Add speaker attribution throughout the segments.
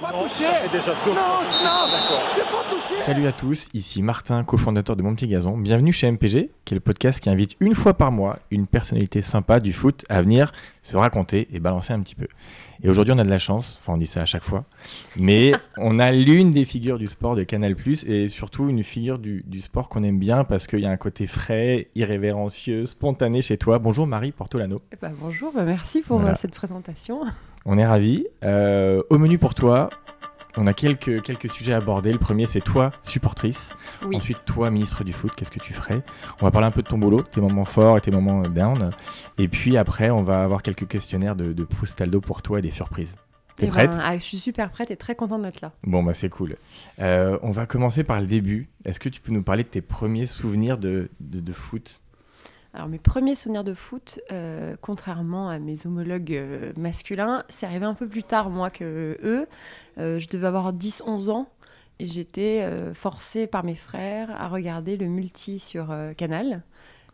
Speaker 1: pas touché.
Speaker 2: Et déjà deux
Speaker 1: Non,
Speaker 2: fois.
Speaker 1: non,
Speaker 2: D'accord.
Speaker 1: c'est pas touché.
Speaker 3: Salut à tous, ici Martin, cofondateur de Mon Petit Gazon. Bienvenue chez MPG, qui est le podcast qui invite une fois par mois une personnalité sympa du foot à venir se raconter et balancer un petit peu. Et aujourd'hui, on a de la chance, enfin, on dit ça à chaque fois, mais on a l'une des figures du sport de Canal et surtout une figure du, du sport qu'on aime bien parce qu'il y a un côté frais, irrévérencieux, spontané chez toi. Bonjour Marie Portolano,
Speaker 4: Eh ben, bonjour, ben, merci pour
Speaker 3: Voilà.
Speaker 4: euh, cette présentation.
Speaker 3: on est ravis. Euh, au menu pour toi, on a quelques, quelques sujets à aborder. Le premier, c'est toi, supportrice.
Speaker 4: Oui.
Speaker 3: Ensuite, toi, ministre du foot, qu'est-ce que tu ferais On va parler un peu de ton boulot, tes moments forts et tes moments euh, down. Et puis après, on va avoir quelques questionnaires de, de Proustaldo pour toi et des surprises. T'es
Speaker 4: Eh ben,
Speaker 3: prête
Speaker 4: ah, Je suis super prête et très contente d'être là.
Speaker 3: Bon, bah c'est cool. Euh, on va commencer par le début. Est-ce que tu peux nous parler de tes premiers souvenirs de, de, de foot
Speaker 4: Alors mes premiers souvenirs de foot, euh, contrairement à mes homologues euh, masculins, c'est arrivé un peu plus tard moi que eux. Euh, je devais avoir 10-11 ans et j'étais euh, forcée par mes frères à regarder le multi sur euh, Canal.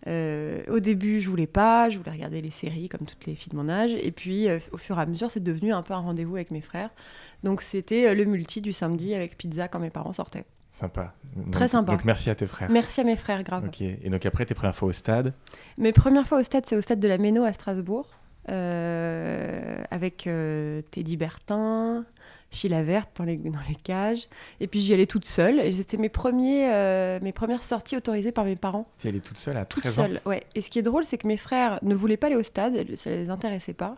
Speaker 4: Euh, au début, je voulais pas, je voulais regarder les séries comme toutes les filles de mon âge. Et puis, euh, au fur et à mesure, c'est devenu un peu un rendez-vous avec mes frères. Donc, c'était euh, le multi du samedi avec pizza quand mes parents sortaient.
Speaker 3: Sympa. Donc-
Speaker 4: Très sympa.
Speaker 3: Donc merci à tes frères.
Speaker 4: Merci à mes frères, grave.
Speaker 3: Ok. Et donc après, tes premières fois au stade
Speaker 4: Mes premières fois au stade, c'est au stade de la Méno à Strasbourg, euh, avec euh, Teddy Bertin, Sheila Verte dans les, dans les cages. Et puis j'y allais toute seule. Et c'était mes, premiers, euh, mes premières sorties autorisées par mes parents.
Speaker 3: Tu es allée toute seule à
Speaker 4: Toute
Speaker 3: 13 ans
Speaker 4: seule, ouais. Et ce qui est drôle, c'est que mes frères ne voulaient pas aller au stade, ça les intéressait pas.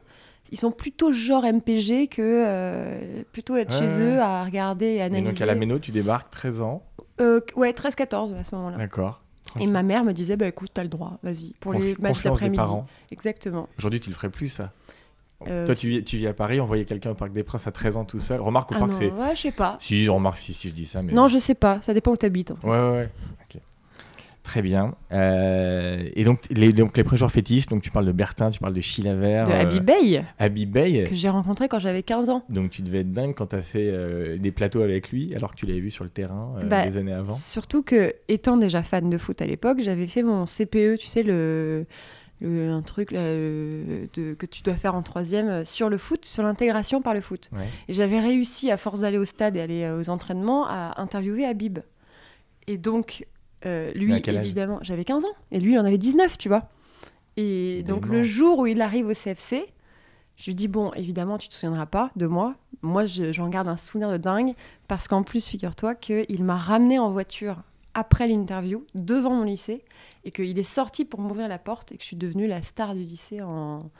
Speaker 4: Ils sont plutôt genre MPG que euh, plutôt être
Speaker 3: Ouais,
Speaker 4: chez
Speaker 3: ouais.
Speaker 4: eux à regarder et
Speaker 3: Et
Speaker 4: analyser.
Speaker 3: donc à la Méno, tu débarques 13 ans.
Speaker 4: Euh, ouais, 13-14 à ce moment-là.
Speaker 3: D'accord.
Speaker 4: Et ma mère me disait, bah écoute, t'as le droit, vas-y, pour les
Speaker 3: Confi-
Speaker 4: matchs
Speaker 3: confiance des
Speaker 4: d'après-midi.
Speaker 3: parents.
Speaker 4: Exactement.
Speaker 3: Aujourd'hui, tu le ferais plus, ça
Speaker 4: Euh,
Speaker 3: Toi, tu vis, tu vis à Paris, on voyait quelqu'un au Parc des Princes à 13 ans tout seul. Remarque au
Speaker 4: Ah
Speaker 3: parc,
Speaker 4: non,
Speaker 3: c'est.
Speaker 4: ouais, je sais pas.
Speaker 3: Si, remarque si, si je dis ça, mais.
Speaker 4: Non, je sais pas, ça dépend où t'habites. en fait.
Speaker 3: Ouais, ouais, ouais. Ok. Très bien. Euh, et donc les, donc, les premiers joueurs fétiches, donc tu parles de Bertin, tu parles de Chilavert.
Speaker 4: De Abby Bay,
Speaker 3: Abby Bay.
Speaker 4: que j'ai rencontré quand j'avais 15 ans.
Speaker 3: Donc tu devais être dingue quand t'as fait euh, des plateaux avec lui, alors que tu l'avais vu sur le terrain euh,
Speaker 4: Bah,
Speaker 3: des années avant.
Speaker 4: Surtout que, étant déjà fan de foot à l'époque, j'avais fait mon CPE, tu sais, le, le- un truc là, euh, de- que tu dois faire en troisième euh, sur le foot, sur l'intégration par le foot.
Speaker 3: Ouais.
Speaker 4: Et j'avais réussi, à force d'aller au stade et aller euh, aux entraînements, à interviewer Habib. Et donc, euh, lui,
Speaker 3: Mais à quel âge
Speaker 4: évidemment, j'avais 15 ans. Et lui, il en avait 19, tu vois. Et donc,
Speaker 3: Dément.
Speaker 4: le jour où il arrive au CFC, je lui dis Bon, évidemment, tu te souviendras pas de moi. Moi, je- j'en garde un souvenir de dingue. Parce qu'en plus, figure-toi qu'il m'a ramené en voiture après l'interview, devant mon lycée, et qu'il est sorti pour m'ouvrir la porte, et que je suis devenue la star du lycée en.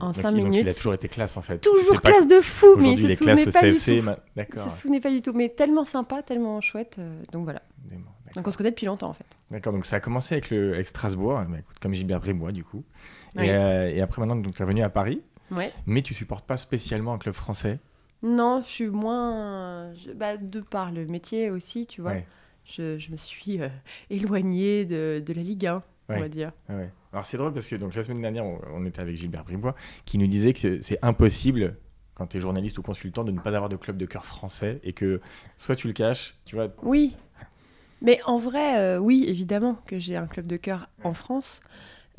Speaker 4: en
Speaker 3: Donc,
Speaker 4: cinq
Speaker 3: il- donc, il a
Speaker 4: minutes.
Speaker 3: toujours été classe en fait.
Speaker 4: Toujours
Speaker 3: C'est pas-
Speaker 4: classe de fou, mais il se
Speaker 3: Aujourd'hui, les classes
Speaker 4: souvenait
Speaker 3: au
Speaker 4: pas du
Speaker 3: CFC.
Speaker 4: tout.
Speaker 3: ma-
Speaker 4: Il
Speaker 3: D'accord.
Speaker 4: se souvenait pas du tout, mais tellement sympa, tellement chouette. euh, donc voilà.
Speaker 3: Dément,
Speaker 4: Donc
Speaker 3: d'accord.
Speaker 4: on se connaît depuis longtemps en fait.
Speaker 3: D'accord, donc ça a commencé avec, le, avec Strasbourg, mais écoute, comme Gilbert Bribois du coup.
Speaker 4: Oui.
Speaker 3: Et, euh, et après maintenant, tu es revenu à Paris,
Speaker 4: Ouais.
Speaker 3: mais tu supportes pas spécialement un club français.
Speaker 4: Non, je suis moins. je- bah, de par le métier aussi, tu vois.
Speaker 3: Ouais.
Speaker 4: Je, je me suis euh, éloignée de, de la Ligue 1,
Speaker 3: Ouais.
Speaker 4: on va dire.
Speaker 3: Ah ouais. Alors c'est drôle parce que donc, la semaine dernière, on, on était avec Gilbert Bribois qui nous disait que c'est- c'est impossible quand tu es journaliste ou consultant de ne pas avoir de club de cœur français et que soit tu le caches, tu vois.
Speaker 4: Oui. Mais en vrai, euh, oui, évidemment que j'ai un club de cœur en France.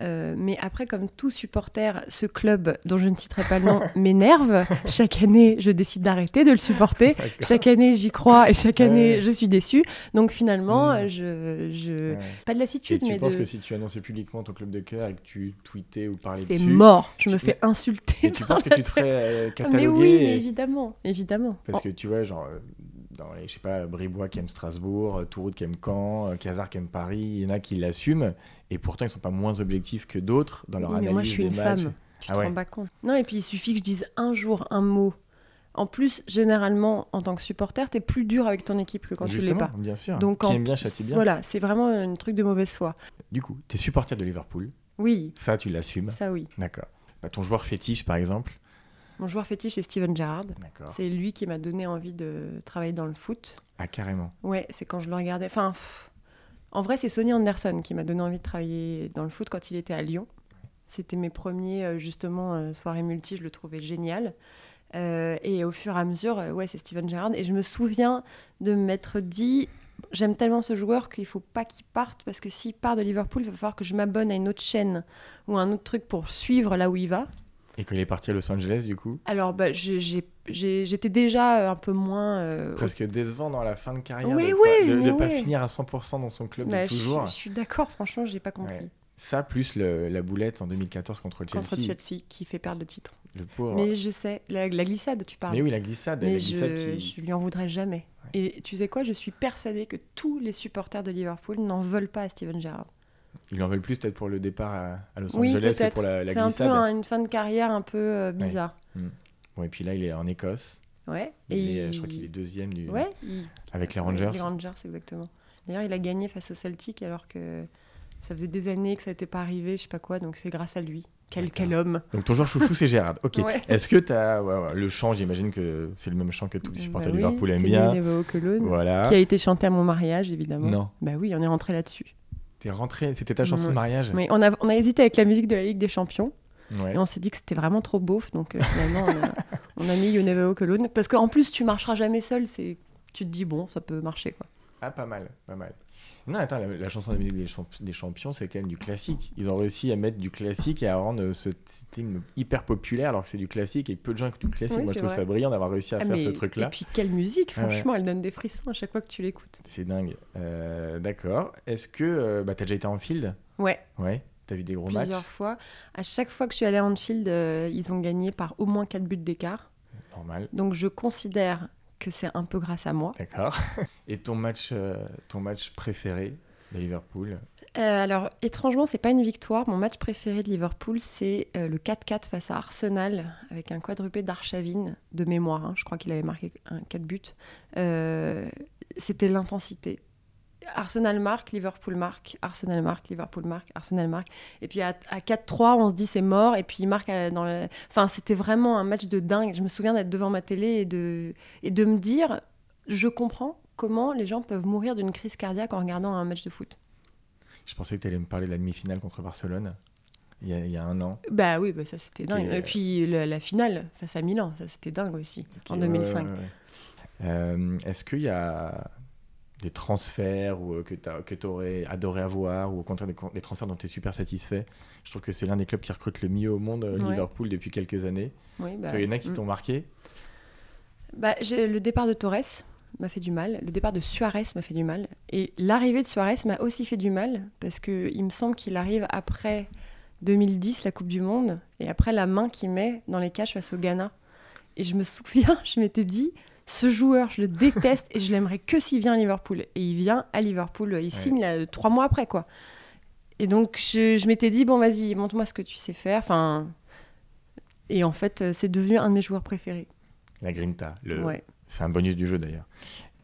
Speaker 4: Euh, mais après, comme tout supporter, ce club dont je ne citerai pas le nom m'énerve. Chaque année, je décide d'arrêter de le supporter. Chaque année, j'y crois et chaque année,
Speaker 3: Ouais.
Speaker 4: je suis déçue. Donc finalement,
Speaker 3: Mm.
Speaker 4: euh, je, je-
Speaker 3: Ouais.
Speaker 4: pas de
Speaker 3: Et
Speaker 4: lassitude,
Speaker 3: tu
Speaker 4: mais
Speaker 3: penses
Speaker 4: de-
Speaker 3: que si tu annonçais publiquement ton club de cœur et que tu tweetais ou parlais
Speaker 4: c'est
Speaker 3: dessus,
Speaker 4: mort. Je me
Speaker 3: Tu-
Speaker 4: fais insulter.
Speaker 3: Et tu
Speaker 4: par
Speaker 3: penses que tu te ferais euh,
Speaker 4: Mais
Speaker 3: cataloguer
Speaker 4: oui, mais
Speaker 3: et-
Speaker 4: évidemment, évidemment.
Speaker 3: Parce que tu vois, genre, euh, dans les- je sais pas, Bribois qui aime Strasbourg, euh, Touroud qui aime Caen, euh, Cazard qui aime Paris, il y en a qui l'assument, et pourtant ils sont pas moins objectifs que d'autres dans leur
Speaker 4: Oui,
Speaker 3: analyse
Speaker 4: mais moi, je suis
Speaker 3: des
Speaker 4: une
Speaker 3: matchs.
Speaker 4: femme. Tu
Speaker 3: Ah
Speaker 4: te
Speaker 3: ouais.
Speaker 4: rends pas compte. Non, et puis il suffit que je dise un jour un mot. En plus, généralement, en tant que supporter, t'es plus dur avec ton équipe que quand tu l'es
Speaker 3: Justement,
Speaker 4: pas.
Speaker 3: bien sûr.
Speaker 4: Donc,
Speaker 3: qui
Speaker 4: en-
Speaker 3: aime bien, châtie bien.
Speaker 4: Voilà, c'est vraiment un truc de mauvaise foi.
Speaker 3: Du coup, tu es supporter de Liverpool,
Speaker 4: Oui,
Speaker 3: ça tu l'assumes.
Speaker 4: ça oui.
Speaker 3: D'accord. Bah, ton joueur fétiche, par exemple.
Speaker 4: Mon joueur fétiche est Steven Gerrard.
Speaker 3: D'accord.
Speaker 4: C'est lui qui m'a donné envie de travailler dans le foot.
Speaker 3: Ah, carrément.
Speaker 4: Ouais, c'est quand je le regardais. Enfin, pff. en vrai, c'est Sonny Anderson qui m'a donné envie de travailler dans le foot quand il était à Lyon. C'était mes premiers, euh, justement, euh, soirées multi, je le trouvais génial. Euh, et au fur et à mesure, euh, ouais, c'est Steven Gerrard. Et je me souviens de m'être dit, j'aime tellement ce joueur qu'il faut pas qu'il parte, parce que s'il part de Liverpool, il va falloir que je m'abonne à une autre chaîne ou à un autre truc pour suivre là où il va.
Speaker 3: Et qu'il est parti à Los Angeles, du coup
Speaker 4: Alors, bah, j'ai- j'ai- j'ai- j'étais déjà euh, un peu moins. euh,
Speaker 3: Presque décevant dans la fin de carrière
Speaker 4: Oui,
Speaker 3: de
Speaker 4: oui,
Speaker 3: pas, de- de
Speaker 4: mais
Speaker 3: pas
Speaker 4: oui.
Speaker 3: finir à 100% dans son club
Speaker 4: bah,
Speaker 3: de
Speaker 4: je,
Speaker 3: toujours.
Speaker 4: je suis d'accord, franchement, j'ai pas compris.
Speaker 3: Ouais. Ça, plus le- la boulette en 2014 contre Chelsea.
Speaker 4: Contre Chelsea, qui fait perdre le titre.
Speaker 3: Le pauvre.
Speaker 4: Mais je sais, la, la glissade, tu parles.
Speaker 3: Mais oui, la glissade.
Speaker 4: Ah. Mais
Speaker 3: la
Speaker 4: je,
Speaker 3: glissade qui...
Speaker 4: je lui en voudrais jamais. Et tu sais quoi, je suis persuadée que tous les supporters de Liverpool n'en veulent pas à Steven Gerrard.
Speaker 3: Ils en veulent plus peut-être pour le départ à, à Los
Speaker 4: Oui,
Speaker 3: Angeles que
Speaker 4: peut-être.
Speaker 3: pour la, la
Speaker 4: C'est un peu
Speaker 3: glissade.
Speaker 4: un- une fin de carrière un peu euh, bizarre.
Speaker 3: Bon, et puis là, il est en Écosse.
Speaker 4: Ouais.
Speaker 3: Il
Speaker 4: Et
Speaker 3: est- Je crois qu'il est deuxième du...
Speaker 4: Ouais. il-
Speaker 3: avec les
Speaker 4: ouais,
Speaker 3: Rangers.
Speaker 4: Les Rangers, exactement. D'ailleurs, il a gagné face aux Celtics alors que ça faisait des années que ça n'était pas arrivé, je sais pas quoi. Donc c'est grâce à lui. Quel,
Speaker 3: D'accord.
Speaker 4: quel homme.
Speaker 3: Donc ton joueur chouchou, c'est Gérard. Ok.
Speaker 4: Ouais.
Speaker 3: Est-ce que tu as le chant J'imagine que c'est le même chant que tous les
Speaker 4: Bah
Speaker 3: supporters de
Speaker 4: oui,
Speaker 3: Liverpool aiment
Speaker 4: c'est
Speaker 3: bien.
Speaker 4: Louis Devo Colon,
Speaker 3: Voilà.
Speaker 4: Qui a été chanté à mon mariage, évidemment.
Speaker 3: Non.
Speaker 4: Bah oui, on est rentré là-dessus.
Speaker 3: T'es rentré, c'était ta chanson de
Speaker 4: Ouais.
Speaker 3: mariage.
Speaker 4: Mais on a, on a hésité avec la musique de la Ligue des Champions.
Speaker 3: Ouais.
Speaker 4: Et on s'est dit que c'était vraiment trop beauf, donc euh, finalement on a, on a mis You Never Walk Alone. Parce qu'en plus tu marcheras jamais seul, c'est tu te dis bon ça peut marcher quoi.
Speaker 3: Ah, pas mal, pas mal. Non, attends, la, la chanson de la musique des, champ- des champions, c'est quand même du classique. Ils ont réussi à mettre du classique et à rendre euh, ce, cet hymne hyper populaire alors que c'est du classique et peu de gens écoutent du classique.
Speaker 4: Oui,
Speaker 3: Moi,
Speaker 4: c'est
Speaker 3: je trouve
Speaker 4: vrai.
Speaker 3: ça brillant d'avoir réussi à
Speaker 4: Ah,
Speaker 3: faire
Speaker 4: mais-
Speaker 3: ce
Speaker 4: Et
Speaker 3: truc-là.
Speaker 4: puis quelle musique,
Speaker 3: Ah ouais.
Speaker 4: franchement elle donne des frissons à chaque fois que tu l'écoutes.
Speaker 3: C'est dingue. Euh, D'accord. Est-ce que euh, bah, t'as déjà été en field
Speaker 4: Ouais,
Speaker 3: Ouais. T'as vu des gros
Speaker 4: plusieurs
Speaker 3: matchs
Speaker 4: fois. À chaque fois que je suis allée à Anfield, euh, ils ont gagné par au moins 4 buts d'écart.
Speaker 3: Normal.
Speaker 4: Donc je considère que c'est un peu grâce à moi.
Speaker 3: D'accord. Et ton match, euh, ton match préféré de Liverpool
Speaker 4: Euh, alors, étrangement, c'est pas une victoire. Mon match préféré de Liverpool, c'est euh, le 4-4 face à Arsenal, avec un quadruplé d'Archavine, de mémoire. hein. Je crois qu'il avait marqué un 4 buts. Euh, C'était l'intensité. Arsenal marque, Liverpool marque, Arsenal marque, Liverpool marque, Arsenal marque. Et puis à, à 4-3, on se dit c'est mort. Et puis il marque à- dans la- Enfin, c'était vraiment un match de dingue. Je me souviens d'être devant ma télé et de, et de me dire je comprends comment les gens peuvent mourir d'une crise cardiaque en regardant un match de foot.
Speaker 3: Je pensais que tu allais me parler de la demi-finale contre Barcelone il y a, il y a un an.
Speaker 4: Bah oui, bah ça c'était dingue.
Speaker 3: euh,
Speaker 4: Et puis la, la finale face à Milan, ça c'était dingue aussi, en
Speaker 3: Qui- ouais,
Speaker 4: 2005.
Speaker 3: ouais, ouais. Euh, Est-ce qu'il y a des transferts ou, euh, que tu aurais adoré avoir ou au contraire des, con- des transferts dont tu es super satisfait Je trouve que c'est l'un des clubs qui recrute le mieux au monde, euh,
Speaker 4: Ouais.
Speaker 3: Liverpool, depuis quelques années.
Speaker 4: Oui, bah,
Speaker 3: Toi, il y en a qui
Speaker 4: mm.
Speaker 3: t'ont marqué
Speaker 4: Bah, j'ai- le départ de Torres m'a fait du mal, le départ de Suarez m'a fait du mal, et l'arrivée de Suarez m'a aussi fait du mal, parce que il me semble qu'il arrive après 2010, la Coupe du Monde, et après la main qu'il met dans les cages face au Ghana. Et je me souviens, je m'étais dit, ce joueur, je le déteste et je l'aimerais que s'il vient à Liverpool. Et il vient à Liverpool, il signe là, trois mois après, quoi. Et donc, je, je m'étais dit, bon, vas-y, montre-moi ce que tu sais faire. Enfin, et en fait, euh, c'est devenu un de mes joueurs préférés.
Speaker 3: La Grinta. Le...
Speaker 4: Ouais.
Speaker 3: C'est un bonus du jeu d'ailleurs.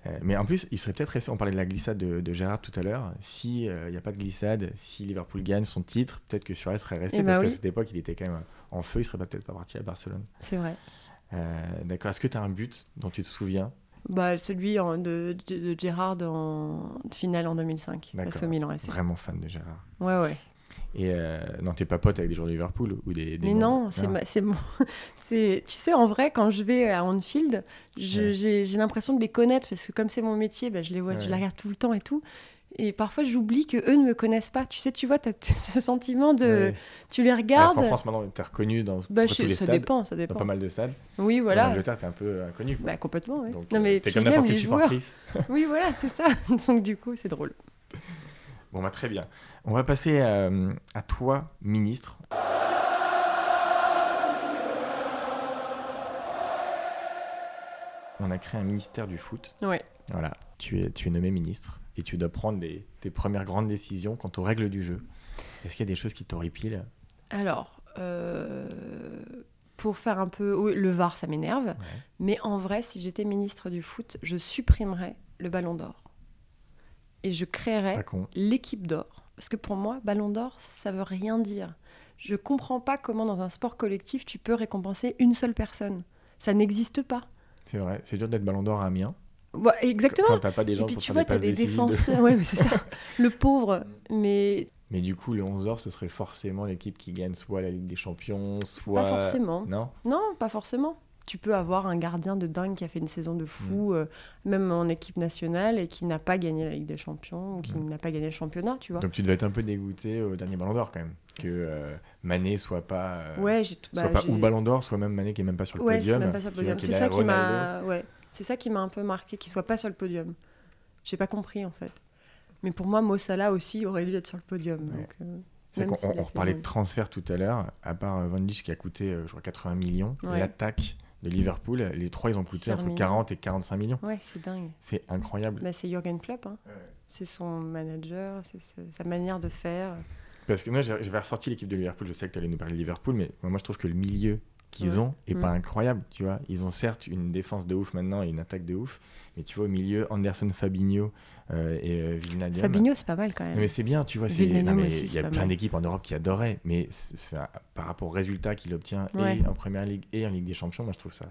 Speaker 3: Euh, mais en plus, il serait peut-être resté. On parlait de la glissade de, de Gérard tout à l'heure. S'il n'y a pas de glissade, si Liverpool gagne son titre, peut-être que Suarez serait resté
Speaker 4: Eh ben
Speaker 3: parce qu'à
Speaker 4: oui.
Speaker 3: cette époque, il était quand même en feu. Il serait pas- peut-être pas parti à Barcelone.
Speaker 4: C'est vrai.
Speaker 3: Euh, D'accord. Est-ce que tu as un but dont tu te souviens
Speaker 4: Bah, celui en- de, de, de Gérard en finale en 2005, face
Speaker 3: D'accord.
Speaker 4: au Milan AC.
Speaker 3: Vraiment fan de Gérard.
Speaker 4: Ouais, ouais.
Speaker 3: Et euh, non, t'es pas pote avec des joueurs de Liverpool ou des. Ah. des
Speaker 4: Mais
Speaker 3: membres-
Speaker 4: non, c'est ma- c'est mon. c'est- tu sais, en vrai, quand je vais à Anfield, je-
Speaker 3: Ouais.
Speaker 4: j'ai j'ai l'impression de les connaître parce que comme c'est mon métier, bah, je les vois,
Speaker 3: Ouais.
Speaker 4: je les regarde tout le temps et tout. Et parfois, j'oublie que eux ne me connaissent pas. Tu sais, tu vois, tu as ce sentiment de.
Speaker 3: Ouais.
Speaker 4: Tu les
Speaker 3: Alors
Speaker 4: regardes.
Speaker 3: qu'en France, maintenant, t'es reconnu dans
Speaker 4: bah,
Speaker 3: dans
Speaker 4: je-
Speaker 3: tous les
Speaker 4: ça
Speaker 3: stades,
Speaker 4: dépend, ça
Speaker 3: dans
Speaker 4: dépend.
Speaker 3: pas mal de stades.
Speaker 4: Oui,
Speaker 3: En
Speaker 4: voilà.
Speaker 3: Angleterre, t'es un peu inconnu. quoi.
Speaker 4: Bah, complètement, oui.
Speaker 3: Donc,
Speaker 4: non,
Speaker 3: euh,
Speaker 4: mais
Speaker 3: t'es
Speaker 4: puis
Speaker 3: comme
Speaker 4: même
Speaker 3: n'importe
Speaker 4: les
Speaker 3: quelle
Speaker 4: joueurs.
Speaker 3: supportrice.
Speaker 4: Oui, voilà, c'est ça. Donc, du coup, c'est drôle.
Speaker 3: Bon, bah, très bien. On va passer euh, à toi, ministre. On a créé un ministère du foot.
Speaker 4: Ouais.
Speaker 3: Voilà, tu es, tu es nommé ministre et tu dois prendre des- tes premières grandes décisions quant aux règles du jeu. Est-ce qu'il y a des choses qui t'horripilent
Speaker 4: Alors, euh, pour faire un peu. oui, le VAR, ça m'énerve. Mais en vrai, si j'étais ministre du foot, je supprimerais le ballon d'or. Et je créerais
Speaker 3: Pas con.
Speaker 4: l'équipe d'or. Parce que pour moi, ballon d'or, ça veut rien dire. Je comprends pas comment dans un sport collectif, tu peux récompenser une seule personne. Ça n'existe pas.
Speaker 3: C'est vrai, c'est dur d'être ballon d'or à Amiens.
Speaker 4: Ouais, exactement.
Speaker 3: Quand t'as pas des gens
Speaker 4: Et puis
Speaker 3: pour
Speaker 4: tu
Speaker 3: faire
Speaker 4: vois,
Speaker 3: des
Speaker 4: tu as
Speaker 3: passes
Speaker 4: des
Speaker 3: décisives.
Speaker 4: défenseurs. Ouais, mais c'est ça. Le pauvre. Mais
Speaker 3: Mais du coup, le 11 or, ce serait forcément l'équipe qui gagne soit la Ligue des Champions, soit.
Speaker 4: pas forcément.
Speaker 3: Non
Speaker 4: Non, pas forcément. tu peux avoir un gardien de dingue qui a fait une saison de fou,
Speaker 3: Mm.
Speaker 4: euh, même en équipe nationale, et qui n'a pas gagné la Ligue des Champions, ou qui n'a pas gagné le championnat, tu vois.
Speaker 3: Mm. Donc tu devais être un peu dégoûté au dernier Ballon d'Or quand même. Que euh, Mané soit pas, euh,
Speaker 4: ouais, j'ai tout.
Speaker 3: soit
Speaker 4: bah,
Speaker 3: pas
Speaker 4: j'ai-
Speaker 3: ou Ballon d'Or, soit même Mané qui est même pas sur le
Speaker 4: Ouais, c'est
Speaker 3: podium.
Speaker 4: même pas sur le
Speaker 3: qui-
Speaker 4: podium.
Speaker 3: qui
Speaker 4: C'est
Speaker 3: est
Speaker 4: ça
Speaker 3: derrière
Speaker 4: qui m'a,
Speaker 3: Ronaldo.
Speaker 4: ouais, c'est ça qui m'a un peu marqué, qu'il soit pas sur le podium. J'ai pas compris en fait. Mais pour moi, Mo Salah aussi aurait dû être sur le podium.
Speaker 3: Ouais.
Speaker 4: donc, euh,
Speaker 3: C'est
Speaker 4: même
Speaker 3: qu'on
Speaker 4: s'il a
Speaker 3: on- on
Speaker 4: fait
Speaker 3: reparlait
Speaker 4: moins.
Speaker 3: de transfert tout à l'heure, à part euh, Van Dijk qui a coûté euh, je crois 80 millions,
Speaker 4: Ouais.
Speaker 3: l'attaque de Liverpool, les trois ils ont coûté entre
Speaker 4: Firmino.
Speaker 3: 40 et 45 millions.
Speaker 4: Ouais, c'est dingue.
Speaker 3: C'est incroyable.
Speaker 4: Bah, c'est Jürgen Klopp. hein.
Speaker 3: Ouais.
Speaker 4: C'est son manager, c'est sa- sa manière de faire.
Speaker 3: Parce que moi j'ai- j'avais ressorti l'équipe de Liverpool, je sais que tu allais nous parler de Liverpool, mais moi je trouve que le milieu qu'ils
Speaker 4: Ouais.
Speaker 3: ont est pas
Speaker 4: Mm.
Speaker 3: incroyable, tu vois. Ils ont certes une défense de ouf maintenant et une attaque de ouf, mais tu vois au milieu Anderson Fabinho euh, et euh, Wijnaldum.
Speaker 4: Fabinho, c'est pas mal quand même.
Speaker 3: Non, mais c'est bien, tu vois. c'est-
Speaker 4: Wijnaldum
Speaker 3: non, mais
Speaker 4: aussi,
Speaker 3: Il y
Speaker 4: c'est
Speaker 3: a
Speaker 4: pas
Speaker 3: plein
Speaker 4: mal.
Speaker 3: d'équipes en Europe qui adoraient, mais c'est- c'est un- par rapport aux résultats qu'il obtient
Speaker 4: Ouais.
Speaker 3: et en Première Ligue et en Ligue des Champions, moi je trouve ça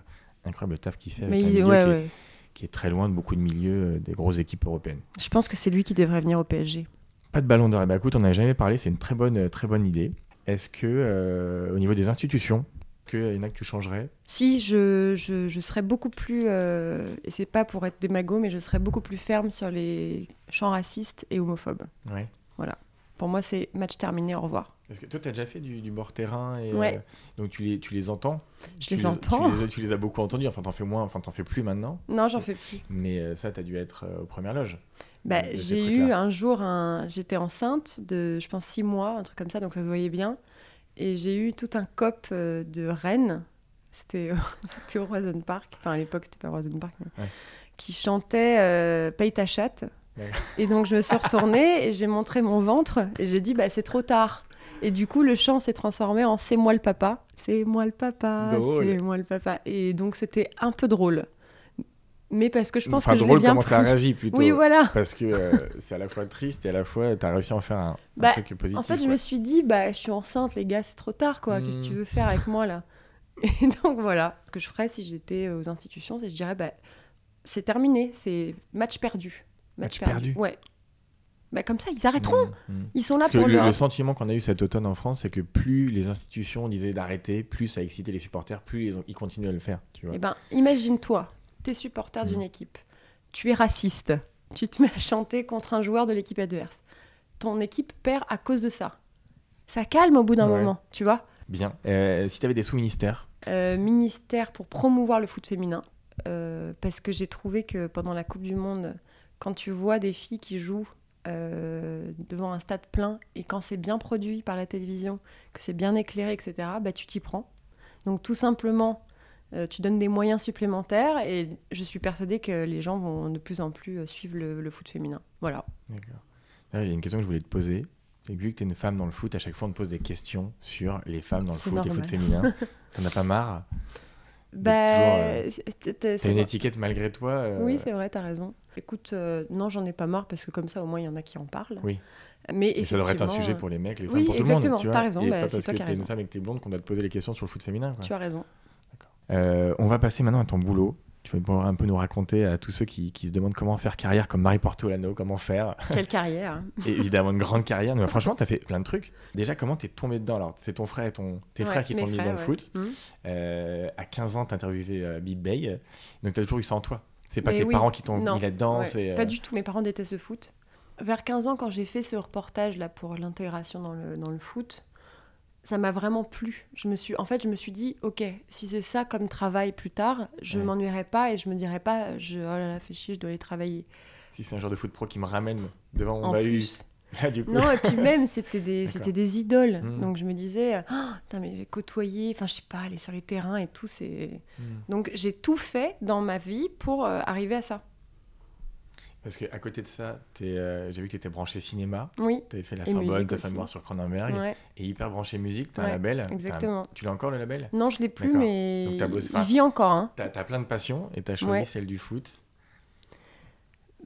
Speaker 3: incroyable le taf qu'il fait
Speaker 4: Mais
Speaker 3: avec un
Speaker 4: il-
Speaker 3: milieu
Speaker 4: ouais,
Speaker 3: qui, Est,
Speaker 4: ouais.
Speaker 3: qui est très loin de beaucoup de milieux euh, des grosses équipes européennes.
Speaker 4: Je pense que c'est lui qui devrait venir au PSG.
Speaker 3: Pas de ballon d'or. Eh ben, écoute, on n'en a jamais parlé, c'est une très bonne, euh, très bonne idée. Est-ce que, euh, au niveau des institutions, qu'il y en a que tu changerais
Speaker 4: Si, je, je, je serais beaucoup plus, euh, et c'est pas pour être démago, mais je serais beaucoup plus ferme sur les chants racistes et homophobes.
Speaker 3: Ouais.
Speaker 4: Pour moi, c'est match terminé, au revoir.
Speaker 3: Parce que toi, tu as déjà fait du, du bord terrain et
Speaker 4: Ouais.
Speaker 3: euh, donc tu les, tu les entends.
Speaker 4: Je
Speaker 3: Tu
Speaker 4: les
Speaker 3: as-
Speaker 4: entends.
Speaker 3: Tu les, as- tu les as beaucoup entendus, enfin t'en fais moins, enfin t'en fais plus maintenant,
Speaker 4: Non, j'en fais plus.
Speaker 3: mais euh, ça, tu as dû être euh, aux premières loges.
Speaker 4: Bah,
Speaker 3: de ces
Speaker 4: j'ai
Speaker 3: trucs-là.
Speaker 4: eu un jour, un... j'étais enceinte de, je pense, six mois, un truc comme ça, donc ça se voyait bien. Et j'ai eu tout un cop euh, de Rennes, c'était c'était au Roison Park, enfin à l'époque c'était pas Roison Park, mais-
Speaker 3: Ouais.
Speaker 4: qui chantait euh, Paye ta chatte.
Speaker 3: D'accord.
Speaker 4: Et donc je me suis retournée et j'ai montré mon ventre et j'ai dit bah c'est trop tard. Et du coup le chant s'est transformé en C'est moi le papa, c'est moi le papa,
Speaker 3: Drôle.
Speaker 4: c'est moi le papa. Et donc c'était un peu drôle. Mais parce que je pense
Speaker 3: Enfin,
Speaker 4: que je l'ai
Speaker 3: drôle
Speaker 4: bien
Speaker 3: comment t'as
Speaker 4: pris.
Speaker 3: réagi plutôt.
Speaker 4: Oui, voilà.
Speaker 3: Parce que euh, c'est à la fois triste et à la fois t'as réussi à en faire un, un
Speaker 4: Bah,
Speaker 3: truc positif.
Speaker 4: En fait, je
Speaker 3: quoi.
Speaker 4: me suis dit, bah, je suis enceinte, les gars, c'est trop tard, quoi. Qu'est-ce que tu
Speaker 3: Mm.
Speaker 4: veux faire avec moi, là Et donc, voilà. Ce que je ferais si j'étais aux institutions, c'est que je dirais, bah, c'est terminé, c'est match perdu.
Speaker 3: Match perdu.
Speaker 4: Ouais. Bah, comme ça, ils arrêteront.
Speaker 3: Mm, mm.
Speaker 4: Ils sont là
Speaker 3: Parce que
Speaker 4: pour
Speaker 3: le,
Speaker 4: le.
Speaker 3: le sentiment qu'on a eu cet automne en France, c'est que plus les institutions disaient d'arrêter, plus ça excitait les supporters, plus ils, ont- ils continuaient à le faire. Tu vois.
Speaker 4: Eh ben, imagine-toi, t'es supporter
Speaker 3: Mm.
Speaker 4: d'une équipe, tu es raciste, tu te mets à chanter contre un joueur de l'équipe adverse. Ton équipe perd à cause de ça. Ça calme au bout d'un
Speaker 3: Ouais.
Speaker 4: moment, tu vois
Speaker 3: Bien. Euh, si tu avais des sous-ministères,
Speaker 4: Euh, ministère pour promouvoir le foot féminin. euh, parce que j'ai trouvé que pendant la Coupe du Monde, quand tu vois des filles qui jouent euh, devant un stade plein et quand c'est bien produit par la télévision, que c'est bien éclairé, etc., bah, tu t'y prends. Donc tout simplement, euh, tu donnes des moyens supplémentaires et je suis persuadée que les gens vont de plus en plus euh, suivre le, le foot féminin. Voilà.
Speaker 3: D'accord. Là, Il y a une question que je voulais te poser. C'est que vu que tu es une femme dans le foot, à chaque fois on te pose des questions sur les femmes dans le
Speaker 4: C'est
Speaker 3: foot et le foot
Speaker 4: normal.
Speaker 3: féminin. T'en as pas marre
Speaker 4: Bah,
Speaker 3: toujours, euh,
Speaker 4: c'est- c'est-
Speaker 3: T'as
Speaker 4: c'est
Speaker 3: une
Speaker 4: vrai.
Speaker 3: étiquette malgré toi euh,
Speaker 4: Oui, c'est vrai, t'as raison. Écoute, euh, non, j'en ai pas marre parce que comme ça, au moins, il y en a qui en parlent.
Speaker 3: Oui.
Speaker 4: Mais
Speaker 3: Et ça devrait être un
Speaker 4: effectivement, euh,
Speaker 3: sujet pour les mecs, les
Speaker 4: oui,
Speaker 3: femmes, pour tout le monde.
Speaker 4: exactement,
Speaker 3: tu vois.
Speaker 4: t'as raison, bah,
Speaker 3: Et pas
Speaker 4: c'est
Speaker 3: parce
Speaker 4: toi
Speaker 3: que
Speaker 4: qui as
Speaker 3: t'es une
Speaker 4: raison.
Speaker 3: femme et que t'es blonde qu'on doit te poser les questions sur le foot féminin. quoi.
Speaker 4: Tu as raison.
Speaker 3: Euh, on va passer maintenant à ton boulot. Tu vas pouvoir un peu nous raconter à tous ceux qui, qui se demandent comment faire carrière comme Marie Portolano, comment faire.
Speaker 4: Quelle carrière. hein.
Speaker 3: Et évidemment, une grande carrière. Mais franchement, t'as fait plein de trucs. Déjà, comment t'es tombé dedans Alors, c'est ton frère et ton, tes
Speaker 4: Ouais,
Speaker 3: frères qui
Speaker 4: mes
Speaker 3: t'ont mis dans
Speaker 4: frères,
Speaker 3: le
Speaker 4: ouais.
Speaker 3: foot.
Speaker 4: Mhm.
Speaker 3: Euh, à 15 ans, t'as interviewé euh, Big Bay. Donc, t'as toujours eu ça en toi. C'est pas
Speaker 4: Mais
Speaker 3: tes
Speaker 4: oui.
Speaker 3: parents qui t'ont
Speaker 4: Non.
Speaker 3: mis là-dedans.
Speaker 4: Ouais.
Speaker 3: c'est, euh,
Speaker 4: Pas du tout, mes parents détestent le foot. Vers 15 ans, quand j'ai fait ce reportage là pour l'intégration dans le, dans le foot, ça m'a vraiment plu. Je me suis, en fait, je me suis dit, ok, si c'est ça comme travail plus tard, je
Speaker 3: Ouais.
Speaker 4: m'ennuierai pas et je me dirai pas, je, oh là là, fais chier, je dois aller travailler.
Speaker 3: Si c'est un genre de foot pro qui me ramène devant mon
Speaker 4: en
Speaker 3: bahut.
Speaker 4: plus.
Speaker 3: Là, Ah, du coup.
Speaker 4: Non, et puis même, c'était des,
Speaker 3: D'accord.
Speaker 4: c'était des idoles.
Speaker 3: Mm.
Speaker 4: Donc je me disais, Ah, putain, mais j'ai côtoyé, enfin, je sais pas, aller sur les terrains et tout, c'est.
Speaker 3: Mhm.
Speaker 4: Donc j'ai tout fait dans ma vie pour euh, arriver à ça.
Speaker 3: Parce qu'à côté de ça, t'es, euh, j'ai vu que t'étais branché cinéma.
Speaker 4: Oui.
Speaker 3: T'avais fait la
Speaker 4: Et
Speaker 3: Sorbonne,
Speaker 4: musique
Speaker 3: t'as fait
Speaker 4: aussi.
Speaker 3: Mémoire sur Cronenberg.
Speaker 4: ouais.
Speaker 3: Et hyper branché musique, t'as un
Speaker 4: Ouais,
Speaker 3: label. t'as un-
Speaker 4: exactement.
Speaker 3: Tu l'as encore le label
Speaker 4: Non, je l'ai plus,
Speaker 3: D'accord.
Speaker 4: mais
Speaker 3: Donc, t'as bossé-
Speaker 4: il vit encore. hein.
Speaker 3: T'as as plein de passions et t'as choisi
Speaker 4: Ouais.
Speaker 3: celle du foot.